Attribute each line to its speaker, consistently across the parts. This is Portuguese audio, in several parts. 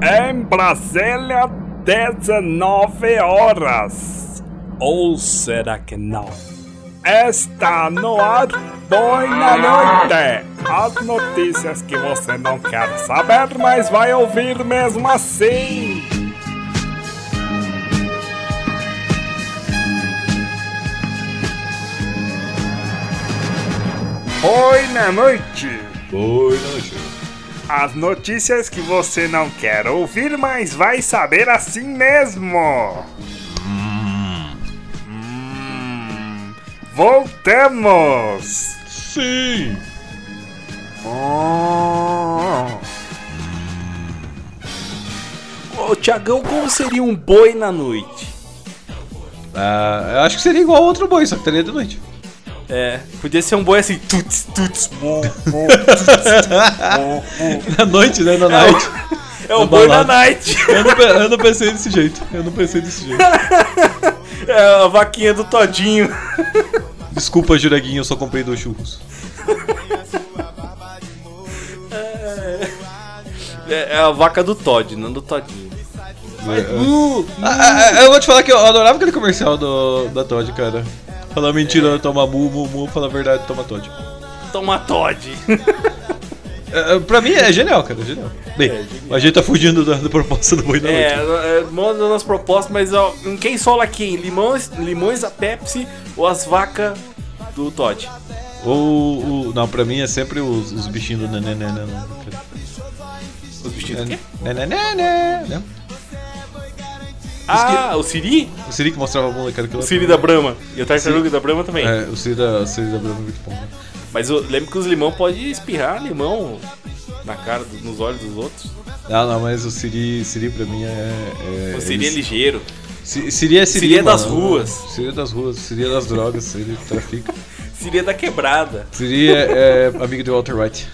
Speaker 1: Em Brasília, 19 horas. Ou será que não? Está no ar Boa Noite. As notícias que você não quer saber, mas vai ouvir mesmo assim. Boa noite.
Speaker 2: Boa noite.
Speaker 1: As notícias que você não quer ouvir, mas vai saber assim mesmo. Hum. Voltamos.
Speaker 2: Sim.
Speaker 3: Ô, Tiagão, como seria um boi na noite?
Speaker 2: Ah, eu acho que seria igual a outro boi, só que teria de noite.
Speaker 3: É, podia ser um boi assim, tuts, tuts, mu, mu,
Speaker 2: Na noite, né? Na noite.
Speaker 3: É o
Speaker 2: Na
Speaker 3: boi na
Speaker 2: balada.
Speaker 3: night.
Speaker 2: Eu não, pe- eu não pensei desse jeito. Eu não pensei desse jeito.
Speaker 3: É a vaquinha do Todinho.
Speaker 2: Desculpa, Jureguinho, eu só comprei dois churros.
Speaker 3: É, é a vaca do Todd, não do Todinho.
Speaker 2: É, Ah, ah, eu vou te falar que eu adorava aquele comercial do, da Todd, cara. Falar mentira, toma mu, mu, mu, falar verdade, toma Todd.
Speaker 3: Toma Todd.
Speaker 2: É, é, pra mim é genial, cara, é genial. Bem, a gente tá fugindo da, da proposta do boi na
Speaker 3: É,
Speaker 2: noite.
Speaker 3: é, manda nas propostas, mas ó, em quem sola quem? Limões, limões a Pepsi ou as vacas do Todd?
Speaker 2: Ou, o- não, pra mim é sempre os, os bichinhos do neném, né, né, né, cara.
Speaker 3: Os bichinhos do quê?
Speaker 2: Né, né, né, né, né.
Speaker 3: Ah, o Siri?
Speaker 2: O Siri que mostrava a bunda, cara. Que
Speaker 3: O Siri da Brahma. E o tartaruga da Brahma também.
Speaker 2: É, o Siri da, o Siri da Brahma é muito bom. né?
Speaker 3: Mas eu lembro que os limão pode espirrar limão na cara, do- nos olhos dos outros.
Speaker 2: Ah, não, mas o Siri, Siri pra mim é. é
Speaker 3: o Siri é
Speaker 2: ele-
Speaker 3: ligeiro.
Speaker 2: Si- Siri é Siri.
Speaker 3: Siri é das
Speaker 2: mano.
Speaker 3: ruas.
Speaker 2: Siri é das ruas, Siri é das drogas, Siri trafica.
Speaker 3: Siri é da quebrada.
Speaker 2: Siri é, é amigo de Walter White.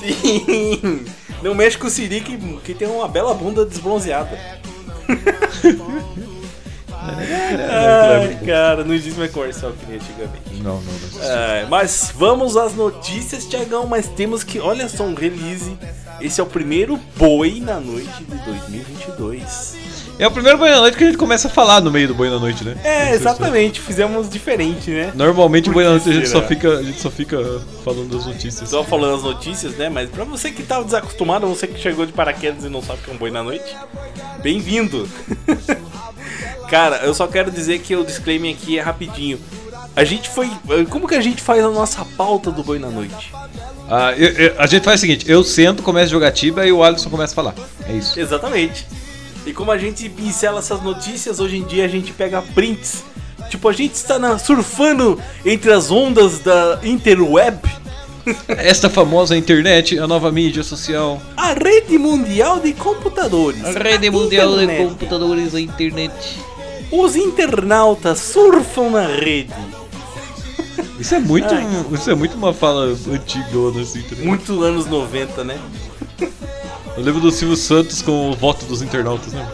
Speaker 3: Sim. Não mexe com o Siri que, que tem uma bela bunda desbronzeada. Ai, cara, não existe mais comercial que nem é antigamente.
Speaker 2: Não, não, não.
Speaker 3: É, mas vamos às notícias, Tiagão. Mas temos que. Olha só, um release. Esse é o primeiro boi na noite de 2022.
Speaker 2: É o primeiro boi na noite que a gente começa a falar no meio do boi na noite, né?
Speaker 3: É, exatamente. Fizemos diferente, né?
Speaker 2: Normalmente o boi na noite a gente, só
Speaker 3: será?
Speaker 2: fica, a gente só fica falando das notícias.
Speaker 3: Só falando as notícias, né? Mas pra você que tá desacostumado, você que chegou de paraquedas e não sabe o que é um boi na noite, bem-vindo! Cara, eu só quero dizer que o disclaimer aqui é rapidinho. A gente foi. Como que a gente faz a nossa pauta do boi na noite?
Speaker 2: Ah, eu- eu- a gente faz o seguinte: eu sento, começo a jogar tiba e o Alisson começa a falar. É isso.
Speaker 3: Exatamente. E como a gente pincela essas notícias, hoje em dia a gente pega prints. Tipo, a gente está na- surfando entre as ondas da interweb.
Speaker 2: Esta famosa internet, a nova mídia social.
Speaker 3: A rede mundial de computadores.
Speaker 4: Rede
Speaker 3: a
Speaker 4: Mundial de
Speaker 3: internet.
Speaker 4: Computadores e Internet.
Speaker 3: Os internautas surfam na rede.
Speaker 2: Isso é muito, isso é muito uma fala antigona, assim, tá ligado?
Speaker 3: Muito anos 90, né?
Speaker 2: Eu lembro do Silvio Santos com o voto dos internautas, né?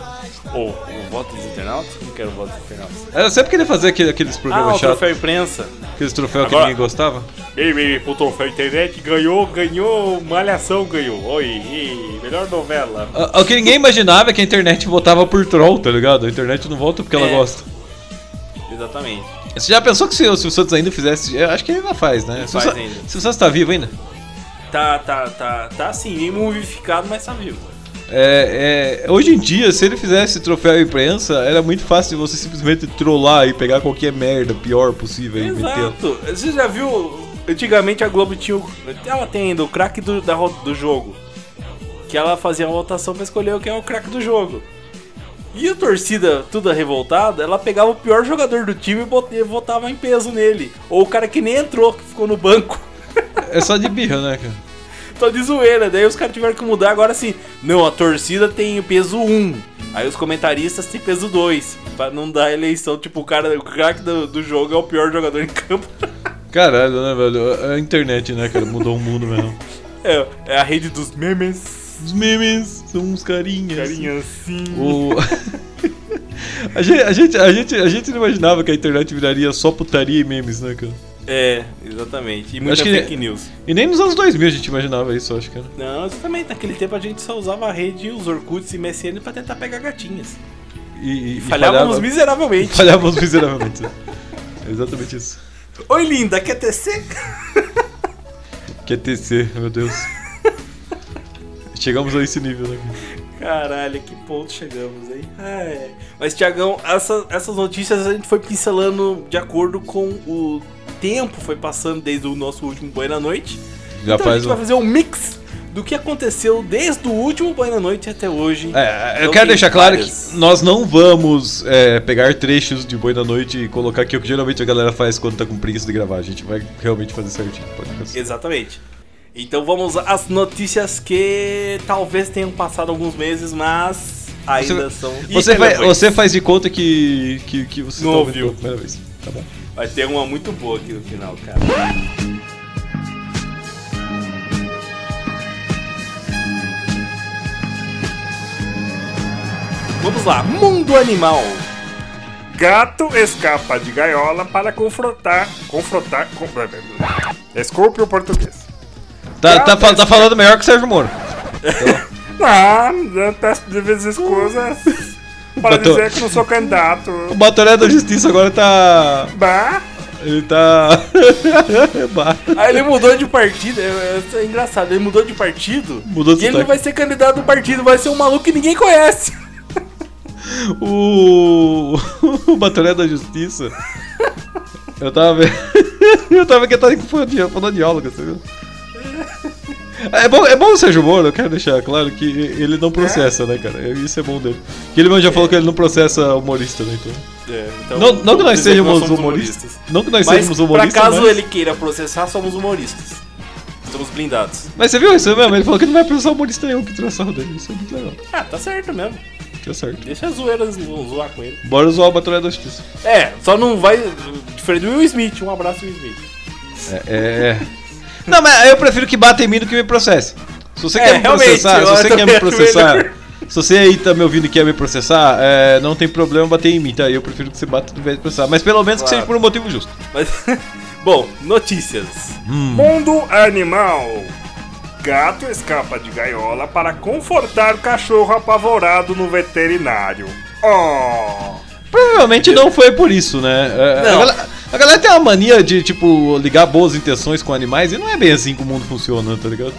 Speaker 3: Ou o voto dos internautas? Como que era o voto dos internautas?
Speaker 2: Era sempre É, que ele fazia aquele- aqueles
Speaker 3: Ah,
Speaker 2: programas
Speaker 3: o
Speaker 2: chatos,
Speaker 3: troféu imprensa.
Speaker 2: aqueles troféus que
Speaker 3: Agora-
Speaker 2: ninguém gostava.
Speaker 3: Ei, ei, pro troféu internet ganhou, ganhou, Malhação ganhou. Oi, ei, melhor novela.
Speaker 2: Ah, O que ninguém imaginava é que a internet votava por troll, tá ligado? A internet não vota porque ela
Speaker 3: É.
Speaker 2: gosta.
Speaker 3: Exatamente.
Speaker 2: Você já pensou que se o Silvio Santos ainda fizesse. Eu acho que ele ainda faz, né?
Speaker 3: Ele
Speaker 2: Silvio
Speaker 3: faz
Speaker 2: Sa-
Speaker 3: ainda.
Speaker 2: Silvio Santos tá vivo ainda?
Speaker 3: Tá, tá, tá, tá assim, meio movificado, mas tá vivo.
Speaker 2: É, é, hoje em dia, se ele fizesse troféu imprensa, era muito fácil você simplesmente trollar e pegar qualquer merda pior possível e meter.
Speaker 3: Exato. Você já viu? Antigamente a Globo tinha. o- Ela tem ainda o craque do, da ro- do jogo. Que ela fazia uma votação pra escolher o que é o craque do jogo. E a torcida, toda revoltada, ela pegava o pior jogador do time e bot- e votava em peso nele. Ou o cara que nem entrou, que ficou no banco.
Speaker 2: É só de birra, né, cara?
Speaker 3: Tô de zoeira. Daí os caras tiveram que mudar agora assim. Não, a torcida tem o peso 1. Aí os comentaristas têm peso 2. Pra não dar eleição, tipo, o cara, o craque do, do jogo é o pior jogador em campo.
Speaker 2: Caralho, né, velho? A internet, né, cara? Mudou o mundo mesmo.
Speaker 3: É, é a rede dos memes.
Speaker 2: Os memes são uns carinhas.
Speaker 3: Carinha assim.
Speaker 2: O... a, gente, a, gente, a, gente, a gente não imaginava que a internet viraria só putaria e memes, né, cara?
Speaker 3: É, exatamente. E muita
Speaker 2: Acho que-
Speaker 3: fake news.
Speaker 2: E nem nos anos 2000 a gente imaginava isso, acho que. Né?
Speaker 3: Não, exatamente. Naquele tempo a gente só usava a rede, os Orkuts e MSN pra tentar pegar gatinhas.
Speaker 2: E, e, e
Speaker 3: Falhávamos
Speaker 2: falhava-
Speaker 3: miseravelmente.
Speaker 2: falhávamos miseravelmente. né? É Exatamente isso.
Speaker 3: Oi, linda, quer tecer?
Speaker 2: QTC, é meu Deus. Chegamos a esse nível, né?
Speaker 3: Caralho, que ponto chegamos, hein? Ai. Mas, Tiagão, essa- essas notícias a gente foi pincelando de acordo com o tempo foi passando desde o nosso último Boi na Noite.
Speaker 2: Já
Speaker 3: então a
Speaker 2: faz
Speaker 3: gente
Speaker 2: um-
Speaker 3: vai fazer um mix do que aconteceu desde o último Boi na Noite até hoje.
Speaker 2: É, eu
Speaker 3: Então
Speaker 2: quero
Speaker 3: tem
Speaker 2: deixar claro
Speaker 3: várias.
Speaker 2: que nós não vamos é, pegar trechos de Boi da Noite e colocar aqui o que geralmente a galera faz quando tá com preguiça de gravar. A gente vai realmente fazer certinho. Pode ficar assim.
Speaker 3: Exatamente. Então vamos às notícias que talvez tenham passado alguns meses, mas ainda são.
Speaker 2: Você, vai-
Speaker 3: irrelevantes.
Speaker 2: você faz de conta que, que, que você
Speaker 3: Não
Speaker 2: tá
Speaker 3: ouviu.
Speaker 2: ouvindo pela primeira vez. Tá bom.
Speaker 3: Vai ter uma muito boa aqui no final, cara. Vamos lá, mundo animal.
Speaker 1: Gato escapa de gaiola para confrontar. Confrontar. Com... Desculpe o português. Tá,
Speaker 2: Tá, tá, fal-
Speaker 1: mas-
Speaker 2: tá falando melhor que o Sérgio Moro.
Speaker 1: Ah, eu peço de vez em coisas para
Speaker 2: Batom.
Speaker 1: dizer que não sou candidato.
Speaker 2: O Batoré da Justiça agora tá.
Speaker 1: Bah,
Speaker 2: Ele tá. Bah.
Speaker 3: Ah, ele mudou de partido, é, é, isso é engraçado, ele mudou de partido
Speaker 2: Mudou de
Speaker 3: e ele não
Speaker 2: sotaque.
Speaker 3: vai ser candidato do partido, vai ser um maluco que ninguém conhece.
Speaker 2: O. O Batoré da Justiça. Eu tava vendo. Eu tava aqui tava falando diálogo, você viu? tá É bom, é bom o Sérgio Moro, eu quero deixar claro que ele não processa, né, cara? Isso é bom dele. Que ele mesmo já falou que ele não processa humorista, né? Então.
Speaker 3: É,
Speaker 2: Não, não que nós sejamos humoristas. Não que nós
Speaker 3: Mas,
Speaker 2: sejamos humoristas.
Speaker 3: pra caso
Speaker 2: mas...
Speaker 3: ele queira processar, somos humoristas. Estamos blindados.
Speaker 2: mas você viu isso mesmo? Ele falou que não vai processar humorista nenhum que traçar o dele. Isso é muito legal.
Speaker 3: Ah, tá certo mesmo.
Speaker 2: Tá certo.
Speaker 3: Deixa as zoeiras zo- zoar com ele.
Speaker 2: Bora zoar o Batalha da Justiça.
Speaker 3: É, só não vai. Diferente do Will Smith, um abraço, Will Smith.
Speaker 2: É. Não, mas eu prefiro que bata em mim do que me processe. Se você
Speaker 3: É,
Speaker 2: quer me
Speaker 3: realmente,
Speaker 2: processar,
Speaker 3: eu
Speaker 2: se você
Speaker 3: também
Speaker 2: quer me
Speaker 3: acho é melhor.
Speaker 2: processar, se você aí tá me ouvindo e quer me processar, é, não tem problema bater em mim, tá? Eu prefiro que você bata em vez de processar. Mas pelo menos que
Speaker 3: Claro.
Speaker 2: seja por um motivo justo.
Speaker 3: Mas. Bom, notícias.
Speaker 1: mundo animal. Gato escapa de gaiola para confortar cachorro apavorado no veterinário. Oh,
Speaker 2: Provavelmente não foi por isso, né? É,
Speaker 3: Não.
Speaker 2: A, galera, a galera tem uma mania de, tipo, ligar boas intenções com animais e não é bem assim que o mundo funciona, tá ligado?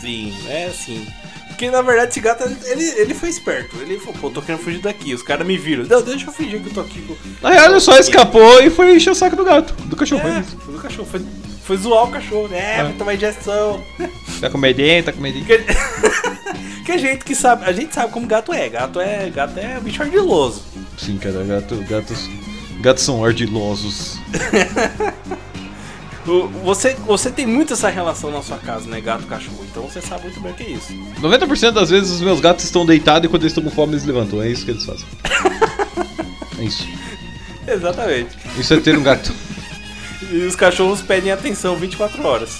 Speaker 3: Sim, é assim. Porque na verdade esse gato, ele, ele foi esperto. Ele falou, pô, tô querendo fugir daqui. Os caras me viram. Não, deixa eu fingir que eu tô aqui.
Speaker 2: Na real, ele só escapou e foi encher o saco do gato, do cachorro.
Speaker 3: É,
Speaker 2: É.
Speaker 3: foi do cachorro. Foi, foi zoar o cachorro, né? Vai tomar injeção.
Speaker 2: Tá com medinho, tá com medinho.
Speaker 3: Que a gente que sabe, a gente sabe como gato é. Gato é, gato é bicho ardiloso.
Speaker 2: Sim, cara, gato, gatos, gatos são ardilosos.
Speaker 3: O- Você, você tem muito essa relação na sua casa, né, gato cachorro. Então você sabe muito bem o que é isso.
Speaker 2: 90% das vezes os meus gatos estão deitados e quando eles estão com fome eles levantam, é isso que eles fazem. É isso.
Speaker 3: Exatamente.
Speaker 2: Isso é ter um gato.
Speaker 3: E os cachorros pedem atenção 24 horas.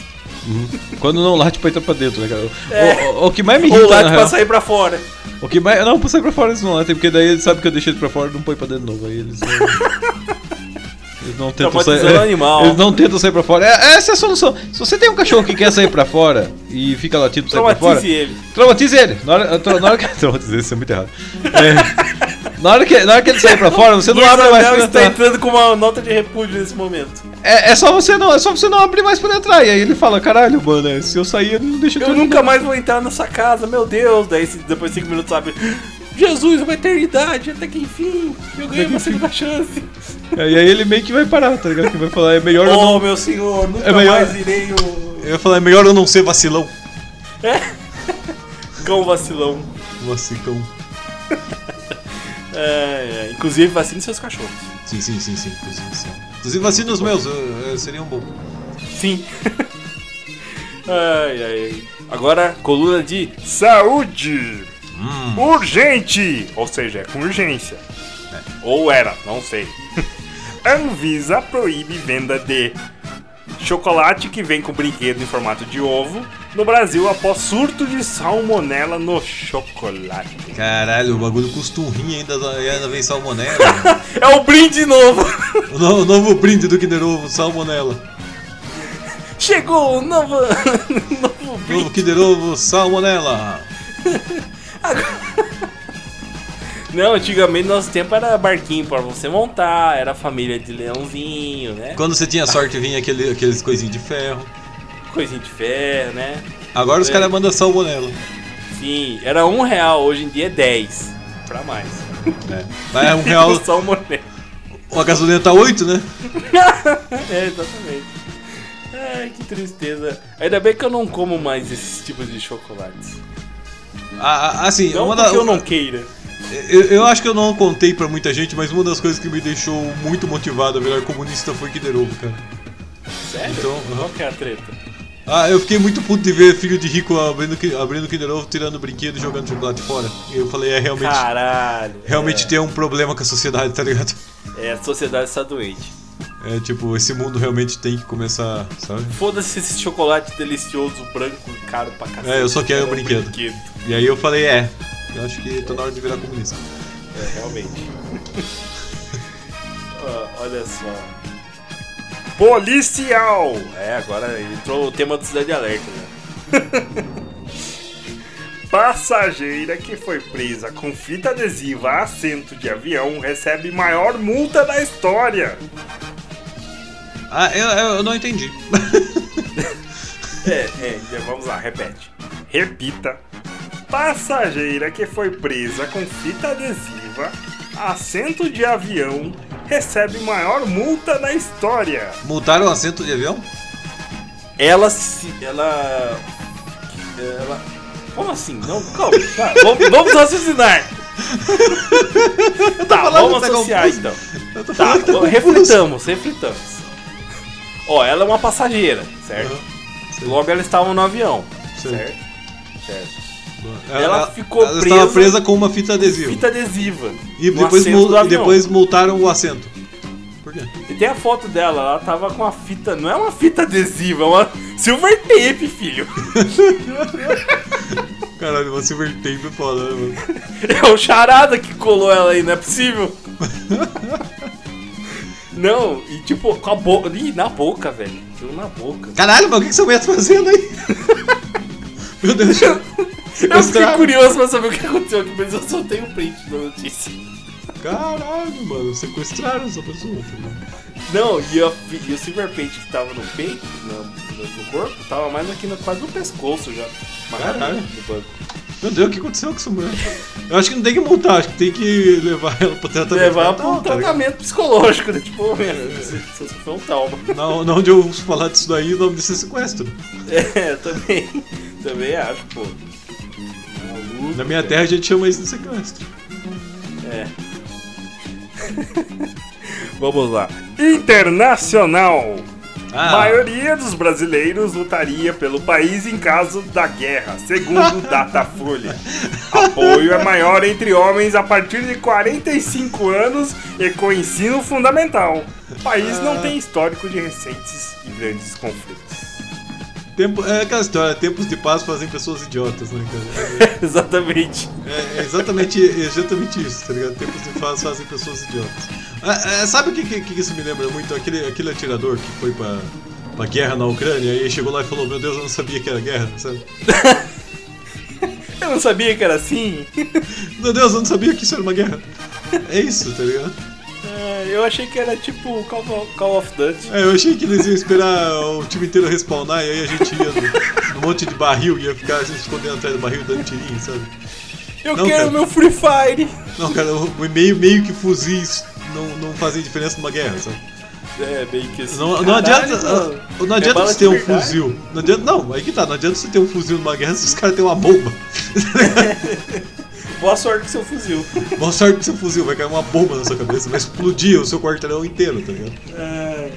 Speaker 2: Quando não late pra entrar pra dentro, né, cara? O-
Speaker 3: É.
Speaker 2: O, o que mais me irrita,
Speaker 3: Ou
Speaker 2: na
Speaker 3: late pra
Speaker 2: real-
Speaker 3: sair pra fora.
Speaker 2: O que mais. Não, pra sair pra fora eles não latem, porque daí eles sabem que eu deixei eles pra fora e não põe pra dentro de novo. Aí eles não. eles não tentam
Speaker 3: Traumatizando
Speaker 2: sair.
Speaker 3: Tá o animal.
Speaker 2: Eles não tentam sair pra fora. É- essa é a solução. Se você tem um cachorro que quer sair pra fora e fica latindo pra sair pra fora.
Speaker 3: Traumatize ele.
Speaker 2: Traumatize ele. Na hora, tra- na hora que. Traumatize ele, isso é muito errado. É. na, hora que, na hora que ele sair pra fora, você não
Speaker 3: Luiz
Speaker 2: abre mais
Speaker 3: Abel
Speaker 2: pra
Speaker 3: está
Speaker 2: entrar.
Speaker 3: tá entrando com uma nota de repúdio nesse momento.
Speaker 2: É, é só você não, é só você não abrir mais pra entrar. E aí ele fala, caralho, mano, é, se eu sair, ele não deixa
Speaker 3: Eu nunca mais vou entrar nessa casa, meu Deus. Daí se- depois de 5 minutos sabe. Jesus, uma eternidade, até que enfim, eu ganhei uma segunda chance.
Speaker 2: E aí ele meio que vai parar, tá ligado? Que vai falar, é melhor eu
Speaker 3: Oh,
Speaker 2: não.
Speaker 3: meu senhor, nunca
Speaker 2: É melhor-
Speaker 3: mais irei o.
Speaker 2: Ele vai falar, é melhor eu não ser vacilão.
Speaker 3: Cão vacilão.
Speaker 2: Vacicão.
Speaker 3: É, é, inclusive, vacine seus cachorros.
Speaker 2: Sim, sim, sim, sim. Inclusive, sim. Inclusive vacina os meus, seria um bom.
Speaker 3: Sim. ai, ai, ai. Agora, coluna de.
Speaker 1: saúde. Urgente, ou seja, é com urgência. Ou era, não sei. Anvisa proíbe venda de
Speaker 3: Chocolate que vem com brinquedo em formato de ovo no Brasil após surto de salmonela no chocolate.
Speaker 2: Caralho, o bagulho custa um rim ainda, ainda vem salmonela.
Speaker 3: É o brinde novo!
Speaker 2: o, no- o novo brinde do Kinder Ovo, salmonela.
Speaker 3: Chegou o novo, novo brinde.
Speaker 2: Novo Kinder Ovo, salmonela.
Speaker 3: Não, antigamente nosso tempo era barquinho pra você montar, era família de leãozinho, né?
Speaker 2: Quando você tinha sorte, vinha aquele, aqueles coisinhos de ferro.
Speaker 3: Coisinha de ferro, né?
Speaker 2: Agora os
Speaker 3: É.
Speaker 2: caras mandam salmonela.
Speaker 3: Sim, era um real, hoje em dia é 10 pra mais.
Speaker 2: É. Mas é um real.
Speaker 3: Salmonela.
Speaker 2: A gasolina tá 8, né?
Speaker 3: É, exatamente. Ai, que tristeza. Ainda bem que eu não como mais esses tipos de chocolates.
Speaker 2: Ah, ah, assim,
Speaker 3: Não
Speaker 2: uma
Speaker 3: porque
Speaker 2: da,
Speaker 3: eu não queira.
Speaker 2: Eu, eu acho que eu não contei pra muita gente, mas uma das coisas que me deixou muito motivado a virar comunista foi Kinder Ovo, cara.
Speaker 3: Sério?
Speaker 2: Então, aham.
Speaker 3: Qual que é a treta?
Speaker 2: Ah, eu fiquei muito puto de ver filho de rico abrindo, ki- abrindo Kinder Ovo, tirando brinquedo e jogando chocolate fora. E eu falei, é realmente.
Speaker 3: Caralho.
Speaker 2: Realmente tem um problema com a sociedade, tá ligado?
Speaker 3: É, a sociedade está doente.
Speaker 2: É tipo, esse mundo realmente tem que começar, sabe?
Speaker 3: Foda-se esse chocolate delicioso, branco e caro pra cacete.
Speaker 2: É, eu só quero
Speaker 3: um
Speaker 2: brinquedo. E aí eu falei, é. Eu acho que tô na hora de virar comunista.
Speaker 3: É, realmente. Ó, Olha só.
Speaker 1: Policial!
Speaker 3: É, agora entrou o tema do Cidade Alerta, né?
Speaker 1: Passageira que foi presa com fita adesiva a assento de avião recebe maior multa da história.
Speaker 2: Ah, eu, eu- eu não entendi.
Speaker 3: É, é, já vamos lá, repete.
Speaker 1: Repita. Passageira que foi presa com fita adesiva a assento de avião recebe maior multa da história.
Speaker 2: Multaram o assento de avião?
Speaker 3: Ela se. Ela. Ela. Como assim? Não, calma. tá, vamos, vamos raciocinar. tá,
Speaker 2: falando
Speaker 3: vamos
Speaker 2: que tá
Speaker 3: associar
Speaker 2: confuso.
Speaker 3: então.
Speaker 2: Eu tô
Speaker 3: Tá,
Speaker 2: falando que tá
Speaker 3: vamos- reflitamos, reflitamos. Ó, ela é uma passageira, certo? Logo ela estava no avião, certo? Certo.
Speaker 2: Ela,
Speaker 3: ficou
Speaker 2: ela estava
Speaker 3: presa-
Speaker 2: presa com uma fita adesiva.
Speaker 3: Fita adesiva.
Speaker 2: E
Speaker 3: no
Speaker 2: depois,
Speaker 3: assento
Speaker 2: mul-
Speaker 3: do
Speaker 2: e
Speaker 3: avião.
Speaker 2: depois multaram o assento. Por quê?
Speaker 3: E tem a foto dela, ela tava com uma fita. Não é uma fita adesiva, é uma silver tape, filho.
Speaker 2: Caralho, uma silver tape é foda, né, mano?
Speaker 3: É o charada que colou ela aí, não é possível. Não, e tipo, com a boca. Ih, na boca, velho. Deu na boca.
Speaker 2: Caralho, mas o que que essa mulher tá fazendo aí? Meu Deus,
Speaker 3: Eu fiquei
Speaker 2: sequestraram.
Speaker 3: curioso pra saber o que aconteceu aqui, mas eu só tenho o print da notícia.
Speaker 2: Caralho, mano, sequestraram essa pessoa. tá ligado?
Speaker 3: Não, e, a fi- e o Silver Paint que tava no peito, no, no- no corpo, tava mais aqui no, quase no pescoço já. Né, Amarrado
Speaker 2: Caralho.
Speaker 3: no banco.
Speaker 2: Meu Deus, o que aconteceu com essa mulher? Eu acho que não tem que multar, acho que tem que levar ela pro tratamento.
Speaker 3: Levar pra
Speaker 2: mental,
Speaker 3: um
Speaker 2: tá ligado?
Speaker 3: tratamento psicológico, né? Tipo, mano, você você sofreu um trauma.
Speaker 2: Não, não onde eu ouço falar disso daí, o nome disso é sequestro.
Speaker 3: É, eu também. Também acho, pô. Maluco,
Speaker 2: Na minha
Speaker 3: velho.
Speaker 2: terra a gente chama isso de sequestro.
Speaker 3: É. Vamos lá.
Speaker 1: Internacional.
Speaker 2: Ah,
Speaker 1: maioria dos brasileiros lutaria pelo país em caso da guerra, segundo o Datafolha. Apoio é maior entre homens a partir de 45 anos e com ensino fundamental. O país não tem histórico de recentes e grandes conflitos.
Speaker 2: tempo, é aquela história, tempos de paz fazem pessoas idiotas, né, cara?
Speaker 3: Exatamente.
Speaker 2: É, é exatamente, é exatamente isso, tá ligado? Tempos de paz fazem pessoas idiotas. Ah, ah, sabe o que, que, que isso me lembra muito? Aquele, aquele atirador que foi pra, pra guerra na Ucrânia e chegou lá e falou: Meu Deus, eu não sabia que era guerra, sabe?
Speaker 3: Eu não sabia que era assim.
Speaker 2: Meu Deus, eu não sabia que isso era uma guerra. É isso, tá ligado?
Speaker 3: É, Eu achei que era tipo Call of, Call of Duty.
Speaker 2: É, eu achei que eles iam esperar o time inteiro respawnar e aí a gente ia no, no monte de barril e ia ficar se escondendo atrás do barril dando tirinho, sabe?
Speaker 3: Eu
Speaker 2: Não,
Speaker 3: quero
Speaker 2: cara.
Speaker 3: meu Free Fire.
Speaker 2: Não, cara, o- meio, meio que fuzis não, não fazem diferença numa guerra, sabe?
Speaker 3: É, meio que assim.
Speaker 2: Não, não
Speaker 3: Caralho,
Speaker 2: adianta,
Speaker 3: mano.
Speaker 2: ah, não
Speaker 3: É
Speaker 2: adianta
Speaker 3: bala
Speaker 2: você
Speaker 3: de
Speaker 2: ter um
Speaker 3: verdade.
Speaker 2: fuzil. Não, adianta, não, aí que tá, não adianta você ter um fuzil numa guerra se os caras têm uma bomba.
Speaker 3: Boa sorte com seu fuzil.
Speaker 2: Boa sorte com seu fuzil, vai cair uma bomba na sua cabeça, vai explodir o seu quartelão inteiro, tá ligado?
Speaker 3: É,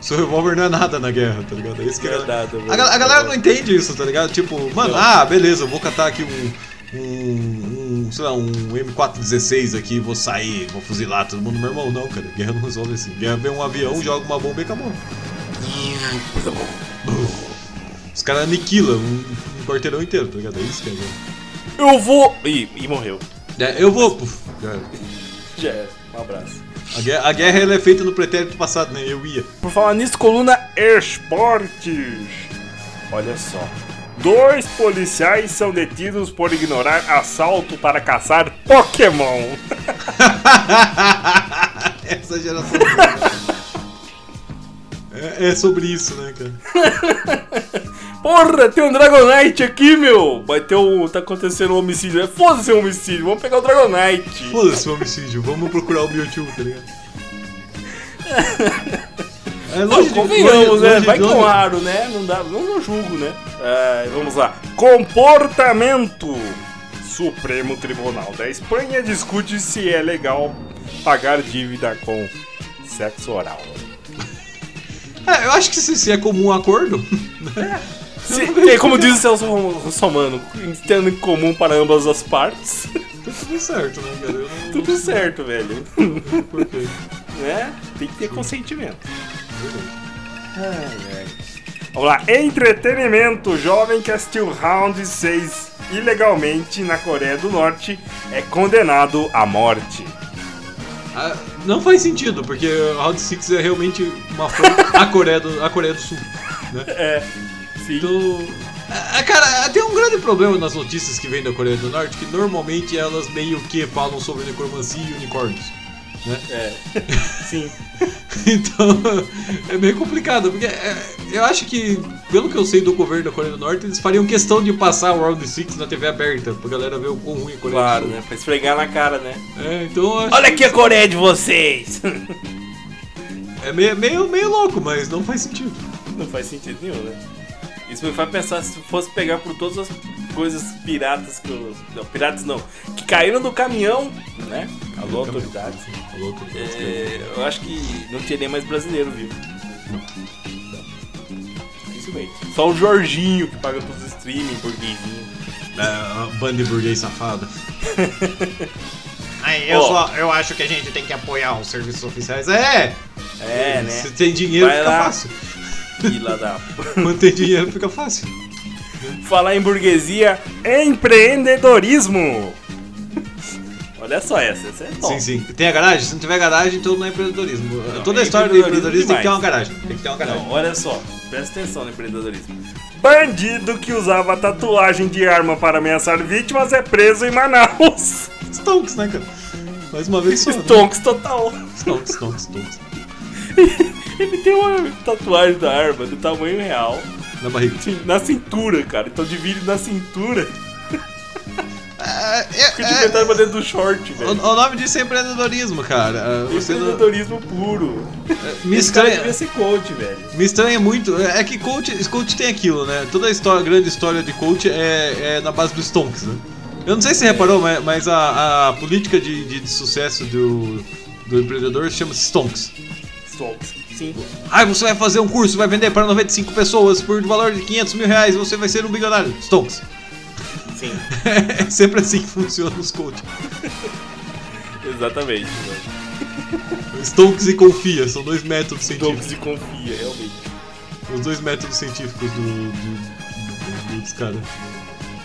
Speaker 2: Seu revólver não é nada na guerra, tá ligado? É isso que é.
Speaker 3: Verdade,
Speaker 2: A, gal- a galera não entende isso, tá ligado? Tipo, mano, ah, beleza, eu vou catar aqui um. Um, um, sei lá, um M416 aqui, vou sair, vou fuzilar todo mundo, meu irmão. Não, cara, guerra não resolve assim. Guerra vem um avião, joga uma bomba e acabou. Os caras aniquilam um, um quarteirão inteiro, tá ligado? É isso que é. né?
Speaker 3: Eu vou. Ih, e morreu.
Speaker 2: É, eu vou. puf, já era.
Speaker 3: Já era. Um abraço.
Speaker 2: É. A guerra, a guerra, ela é feita no pretérito passado, né? Eu ia.
Speaker 3: Por falar nisso, coluna Esportes. Olha só.
Speaker 1: Dois policiais são detidos por ignorar assalto para caçar Pokémon.
Speaker 2: Essa geração. né? é, é sobre isso, né, cara?
Speaker 3: Porra, tem um Dragonite aqui, meu! Vai ter um. Tá acontecendo um homicídio. Foda-se um homicídio, vamos pegar o Dragonite.
Speaker 2: Foda-se o homicídio, vamos procurar o Mewtwo, tá ligado? É
Speaker 3: Não,
Speaker 2: de-
Speaker 3: convenhamos,
Speaker 2: longe-
Speaker 3: né?
Speaker 2: longe de
Speaker 3: Vai
Speaker 2: onde-
Speaker 3: com raro, né? Não dá, não, não julgo, né? Ah, vamos lá.
Speaker 1: Comportamento. Supremo Tribunal da Espanha discute se é legal pagar dívida com sexo oral.
Speaker 2: É, eu acho que se, se é comum um acordo.
Speaker 3: Se- é, como diz o Celso Rom- Somano, tendo em comum para ambas as partes,
Speaker 2: tá tudo certo, né, cara? Eu não
Speaker 3: tudo certo, velho.
Speaker 2: sei porquê.
Speaker 3: Né? Tem que ter consentimento.
Speaker 1: Vamos lá, entretenimento. Jovem que assistiu Round 6 ilegalmente na Coreia do Norte é condenado à morte.
Speaker 2: Ah, não faz sentido, porque Round 6 é realmente uma afronta à Coreia do, à Coreia do Sul. né?
Speaker 3: É, Sim.
Speaker 2: Então. ah, Cara, tem um grande problema nas notícias que vêm da Coreia do Norte, que normalmente elas meio que falam sobre necromancia e unicórnios. né?
Speaker 3: É. Sim.
Speaker 2: Então, é meio complicado, porque é, eu acho que, pelo que eu sei do governo da Coreia do Norte, eles fariam questão de passar o Round 6 na TV aberta, pra galera ver o quão ruim a Coreia
Speaker 3: Claro,
Speaker 2: do Sul
Speaker 3: né? Pra esfregar na cara, né?
Speaker 2: é. É, então eu acho
Speaker 3: Olha aqui a Coreia de vocês!
Speaker 2: É meio, meio, meio louco, mas não faz sentido.
Speaker 3: Não faz sentido nenhum, né? Isso me faz pensar se fosse pegar por todas as coisas piratas que eu. Não, piratas não. Que caíram do caminhão, né? Alô,
Speaker 2: Do caminhão.
Speaker 3: autoridades.
Speaker 2: É louco.
Speaker 3: É, eu acho que não tinha nem mais brasileiro vivo. Dificilmente. Só o Jorginho que paga todos os streaming, burguesinho.
Speaker 2: É, bando de burguês safado. Aí,
Speaker 3: eu Ó.
Speaker 2: eu acho que a gente tem que apoiar os serviços oficiais. É!
Speaker 3: É,
Speaker 2: Se
Speaker 3: né?
Speaker 2: tem dinheiro,
Speaker 3: Vai
Speaker 2: fica
Speaker 3: lá.
Speaker 2: fácil.
Speaker 3: Fila da.
Speaker 2: Quando tem dinheiro, fica fácil.
Speaker 3: Falar em burguesia,
Speaker 1: Empreendedorismo.
Speaker 3: olha só essa, essa é top.
Speaker 2: Sim, sim. Tem a garagem? Se não tiver garagem, então não é empreendedorismo. Toda
Speaker 3: é
Speaker 2: a história do
Speaker 3: empreendedorismo
Speaker 2: empreendedorismo tem que ter uma
Speaker 3: demais.
Speaker 2: garagem. Tem que ter uma garagem.
Speaker 3: Não, olha só, presta atenção né, no empreendedorismo.
Speaker 1: Bandido que usava tatuagem de arma para ameaçar vítimas é preso em Manaus.
Speaker 2: Stonks, né, cara? Mais uma vez só. né?
Speaker 3: Stonks total.
Speaker 2: Stonks, Stonks, Stonks.
Speaker 3: Ele tem uma tatuagem da arma do tamanho real
Speaker 2: Na barriga.
Speaker 3: assim, na cintura, cara. Então divide na cintura.
Speaker 2: É,
Speaker 3: Fica de metade pra dentro do short,
Speaker 2: O,
Speaker 3: velho.
Speaker 2: o nome disso é empreendedorismo, cara. Ah, Você não- é.
Speaker 3: Empreendedorismo puro.
Speaker 2: Me
Speaker 3: Esse cara
Speaker 2: estranha,
Speaker 3: devia ser coach, velho.
Speaker 2: Me estranha muito. É que coach, coach tem aquilo, né? Toda a história, grande história de coach é, é na base dos Stonks, né? Eu não sei se você reparou, mas, mas a, a política de, de- de sucesso do, do empreendedor chama-se Stonks.
Speaker 3: Stonks. Sim.
Speaker 2: Ah, você vai fazer um curso, vai vender para 95 pessoas por valor de 500 mil reais, você vai ser um bilionário. Stonks.
Speaker 3: Sim.
Speaker 2: É sempre assim que funcionam os coaches.
Speaker 3: Exatamente. velho.
Speaker 2: Stonks e confia, são dois métodos científicos.
Speaker 3: Stonks de Então confia, realmente.
Speaker 2: Os dois métodos científicos do, do- do- dos caras.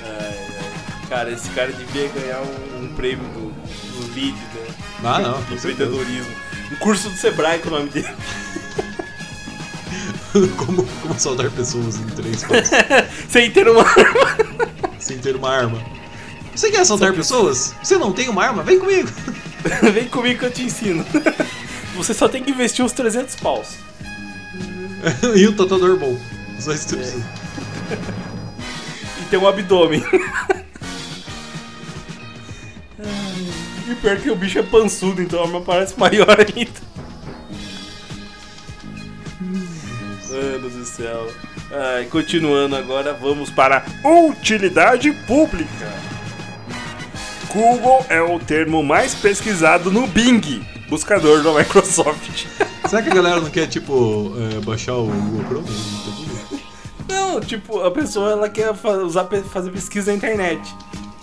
Speaker 3: Ai, ai. Cara, esse cara devia ganhar um, um prêmio do, do lead, né?
Speaker 2: Ah, não.
Speaker 3: De
Speaker 2: com certeza.
Speaker 3: empreendedorismo. Um curso do Sebrae com o nome dele.
Speaker 2: como, como saudar pessoas em três passos
Speaker 3: Sem ter uma
Speaker 2: sem ter uma arma. Você quer assaltar pessoas? Você não tem uma arma? Vem comigo!
Speaker 3: Vem comigo que eu te ensino. Você só tem que investir uns 300 paus.
Speaker 2: e o tatuador bom. Só isso que você precisa.
Speaker 3: É. E ter um abdômen. E pior que o bicho é pançudo, então a arma parece maior ainda. Mano do céu. Ai, continuando agora, vamos para.
Speaker 1: Utilidade pública. Google é o termo mais pesquisado no Bing, buscador da Microsoft.
Speaker 2: Será que a galera não quer, tipo, é, baixar o Google Chrome? Não tá tudo?
Speaker 3: Não, tipo, a pessoa ela quer fa- usar, pe- fazer pesquisa na internet.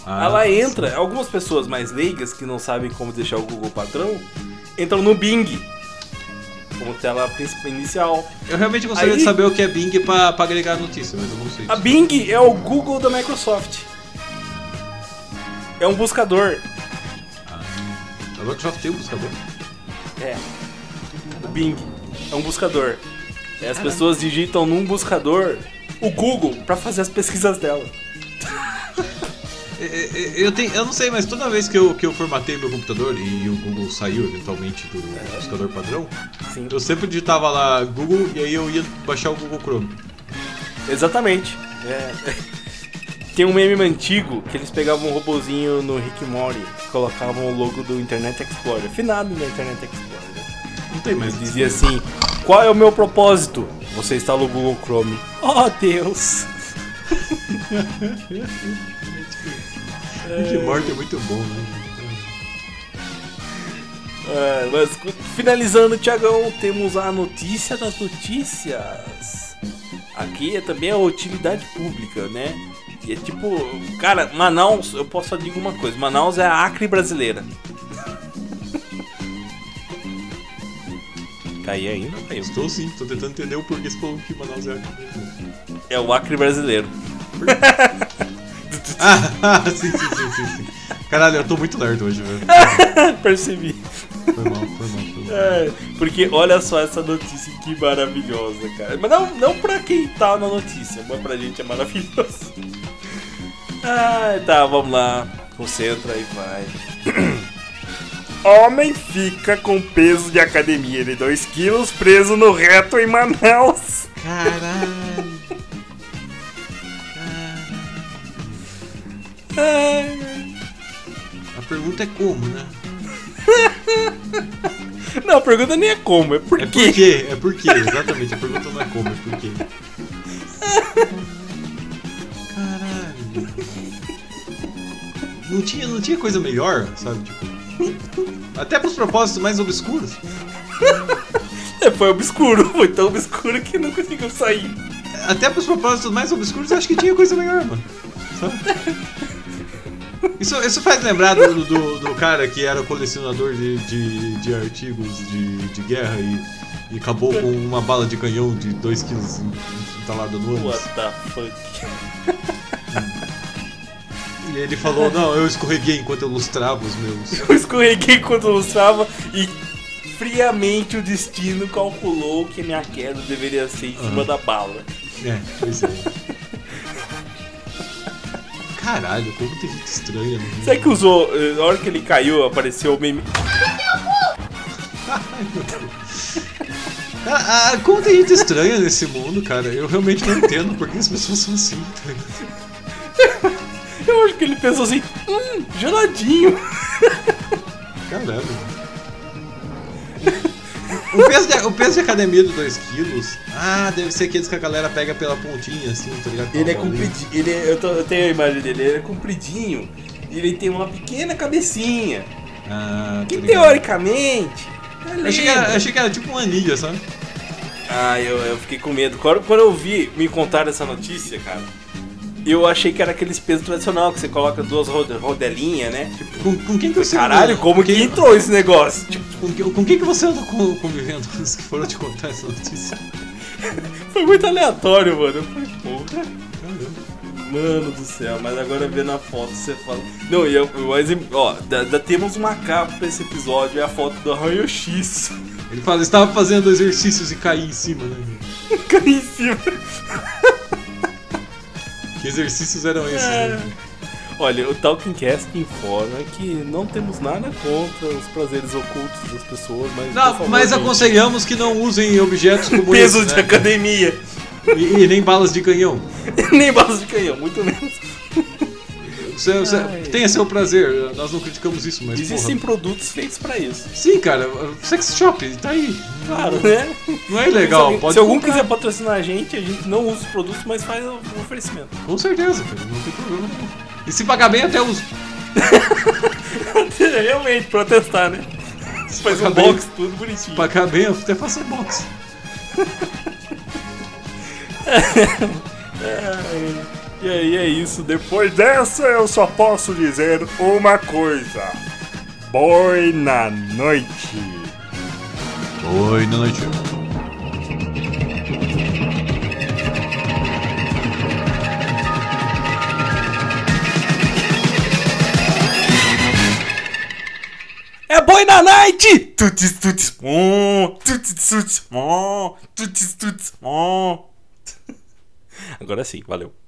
Speaker 2: Ah,
Speaker 3: ela entra, algumas pessoas mais leigas que não sabem como deixar o Google patrão, entram no Bing. como tela principal inicial.
Speaker 2: Eu realmente gostaria
Speaker 3: Aí-
Speaker 2: de saber o que é Bing pra, pra agregar notícia, mas eu não sei.
Speaker 3: A Bing é o Google da Microsoft. É um buscador.
Speaker 2: A Microsoft tem um buscador.
Speaker 3: É. O Bing é um buscador. E as pessoas digitam num buscador o Google pra fazer as pesquisas dela.
Speaker 2: É, é, é, Eu, tenho, eu não sei, mas toda vez que eu, que eu formatei meu computador e o Google saiu eventualmente do
Speaker 3: É.
Speaker 2: buscador padrão,
Speaker 3: Sim.
Speaker 2: eu sempre digitava lá Google e aí eu ia baixar o Google Chrome.
Speaker 3: Exatamente. É. Tem um meme antigo que eles pegavam um robozinho no Rick Mori e colocavam o logo do Internet Explorer. Finado no Internet Explorer. né?
Speaker 2: Não tem mais.
Speaker 3: Dizia assim: Qual é o meu propósito? Você está no Google Chrome. Oh, Deus!
Speaker 2: De morte é muito bom, né?
Speaker 3: É, mas finalizando, Tiagão, temos a notícia das notícias. Aqui é também a utilidade pública, né? E é tipo, cara, Manaus, eu posso só digo uma coisa: Manaus é a Acre brasileira. Caí ainda? Caiu.
Speaker 2: Estou sim, estou tentando entender o porquê você falou que Manaus é aqui.
Speaker 3: É o Acre brasileiro.
Speaker 2: Ah, sim, sim, sim, sim, sim. Caralho, eu tô muito nerd hoje, velho.
Speaker 3: Percebi.
Speaker 2: Foi mal, foi mal, foi mal.
Speaker 3: É, porque olha só essa notícia que maravilhosa, cara. Mas não, não pra quem tá na notícia, mas pra gente é maravilhoso. Ah, tá, vamos lá. Concentra e vai.
Speaker 1: Homem fica com peso de academia de 2 quilos preso no reto em Manaus.
Speaker 2: Caralho.
Speaker 3: Ai,
Speaker 2: A pergunta é como, né?
Speaker 3: ai. Não, a pergunta nem é como, é por
Speaker 2: É por
Speaker 3: quê.
Speaker 2: quê? É por quê, exatamente. A pergunta não é como, é por quê. Caralho. Não tinha, não tinha coisa melhor, sabe? Tipo, até pros propósitos mais obscuros.
Speaker 3: É, foi obscuro, foi tão obscuro que não conseguiu sair.
Speaker 2: Até pros propósitos mais obscuros, eu acho que tinha coisa melhor, mano. Sabe? Isso, isso faz lembrar do, do, do cara que era colecionador de, de, de artigos de, de guerra e, e acabou com uma bala de canhão de 2kg entalada no ânus.
Speaker 3: What the fuck?
Speaker 2: E ele falou, não, eu escorreguei enquanto eu lustrava os meus.
Speaker 3: Eu escorreguei quando lançava e friamente o destino calculou que a minha queda deveria ser em cima
Speaker 2: Aham.
Speaker 3: da bala.
Speaker 2: É, pois é. Caralho, como tem gente estranha no mundo.
Speaker 3: Será que usou. eh, Na hora que ele caiu, apareceu o meme.
Speaker 2: Ah, ah, como tem gente estranha nesse mundo, cara. Eu realmente não entendo porque as pessoas são assim, tá ligado?
Speaker 3: Eu acho que ele pensou assim: hum, geladinho.
Speaker 2: Caralho. O peso, de, o peso de academia de 2kg, ah, deve ser aqueles que a galera pega pela pontinha, assim, tá ligado? Com
Speaker 3: Ele é
Speaker 2: a bolinha.
Speaker 3: compridinho. Ele é- eu, tô- eu tenho a imagem dele, ele é compridinho. e Ele tem uma pequena cabecinha.
Speaker 2: Ah, tá
Speaker 3: Que
Speaker 2: ligado.
Speaker 3: teoricamente. tá
Speaker 2: Eu achei, que
Speaker 3: lindo.
Speaker 2: era, achei que era tipo uma anilha, sabe?
Speaker 3: Ah, eu, eu fiquei com medo. Quando, quando eu vi me contar essa notícia, cara, eu achei que era aqueles pesos tradicional que você coloca duas rode- rodelinhas, né? Tipo,
Speaker 2: Com, com quem que você
Speaker 3: caralho, como que
Speaker 2: quem-
Speaker 3: entrou esse negócio? Tipo,
Speaker 2: Com, que- com quem que você anda co- convivendo antes que foram te contar essa notícia?
Speaker 3: foi muito aleatório, mano. Eu falei, porra.
Speaker 2: Caramba.
Speaker 3: Mano do céu, mas agora vendo a foto você fala. Não, e eu, mas, ó, da, da- temos uma capa pra esse episódio, é a foto do Arranho X.
Speaker 2: Ele fala, estava fazendo exercícios e caí em cima, né? meu?
Speaker 3: Cai em cima.
Speaker 2: Que exercícios eram esses,
Speaker 3: É.
Speaker 2: né?
Speaker 3: Olha, o Talking Cast informa que não temos nada contra os prazeres ocultos das pessoas, mas. por
Speaker 2: Não,
Speaker 3: favor,
Speaker 2: mas
Speaker 3: gente, é.
Speaker 2: aconselhamos que não usem objetos como
Speaker 3: Peso
Speaker 2: esse,
Speaker 3: de
Speaker 2: né?
Speaker 3: academia.
Speaker 2: e, e nem balas de canhão.
Speaker 3: Nem balas de canhão, muito menos.
Speaker 2: Você, você,
Speaker 3: Ai.
Speaker 2: tenha seu prazer, nós não criticamos isso, mas
Speaker 3: Existem
Speaker 2: porra.
Speaker 3: produtos feitos pra isso.
Speaker 2: Sim, cara, sex shop, tá aí.
Speaker 3: Claro, né?
Speaker 2: Não é ilegal,
Speaker 3: se alguém-
Speaker 2: pode
Speaker 3: se algum
Speaker 2: comprar.
Speaker 3: quiser patrocinar a gente, a gente não usa os produtos, mas faz o o oferecimento.
Speaker 2: Com certeza, cara, não tem problema nenhum. E se pagar bem, até uso.
Speaker 3: Realmente, pra testar, né? Faz um
Speaker 2: Acabei-
Speaker 3: box, tudo bonitinho.
Speaker 2: Pagar bem, eu até faço box.
Speaker 3: E aí é isso, depois.
Speaker 1: Pois dessa eu só posso dizer uma coisa. Boa noite.
Speaker 2: Oi, na noite.
Speaker 1: É boi na night! Tutis, tutis, pum, tutis, tutis, pum, tutis, tutis, pum. Agora sim, valeu.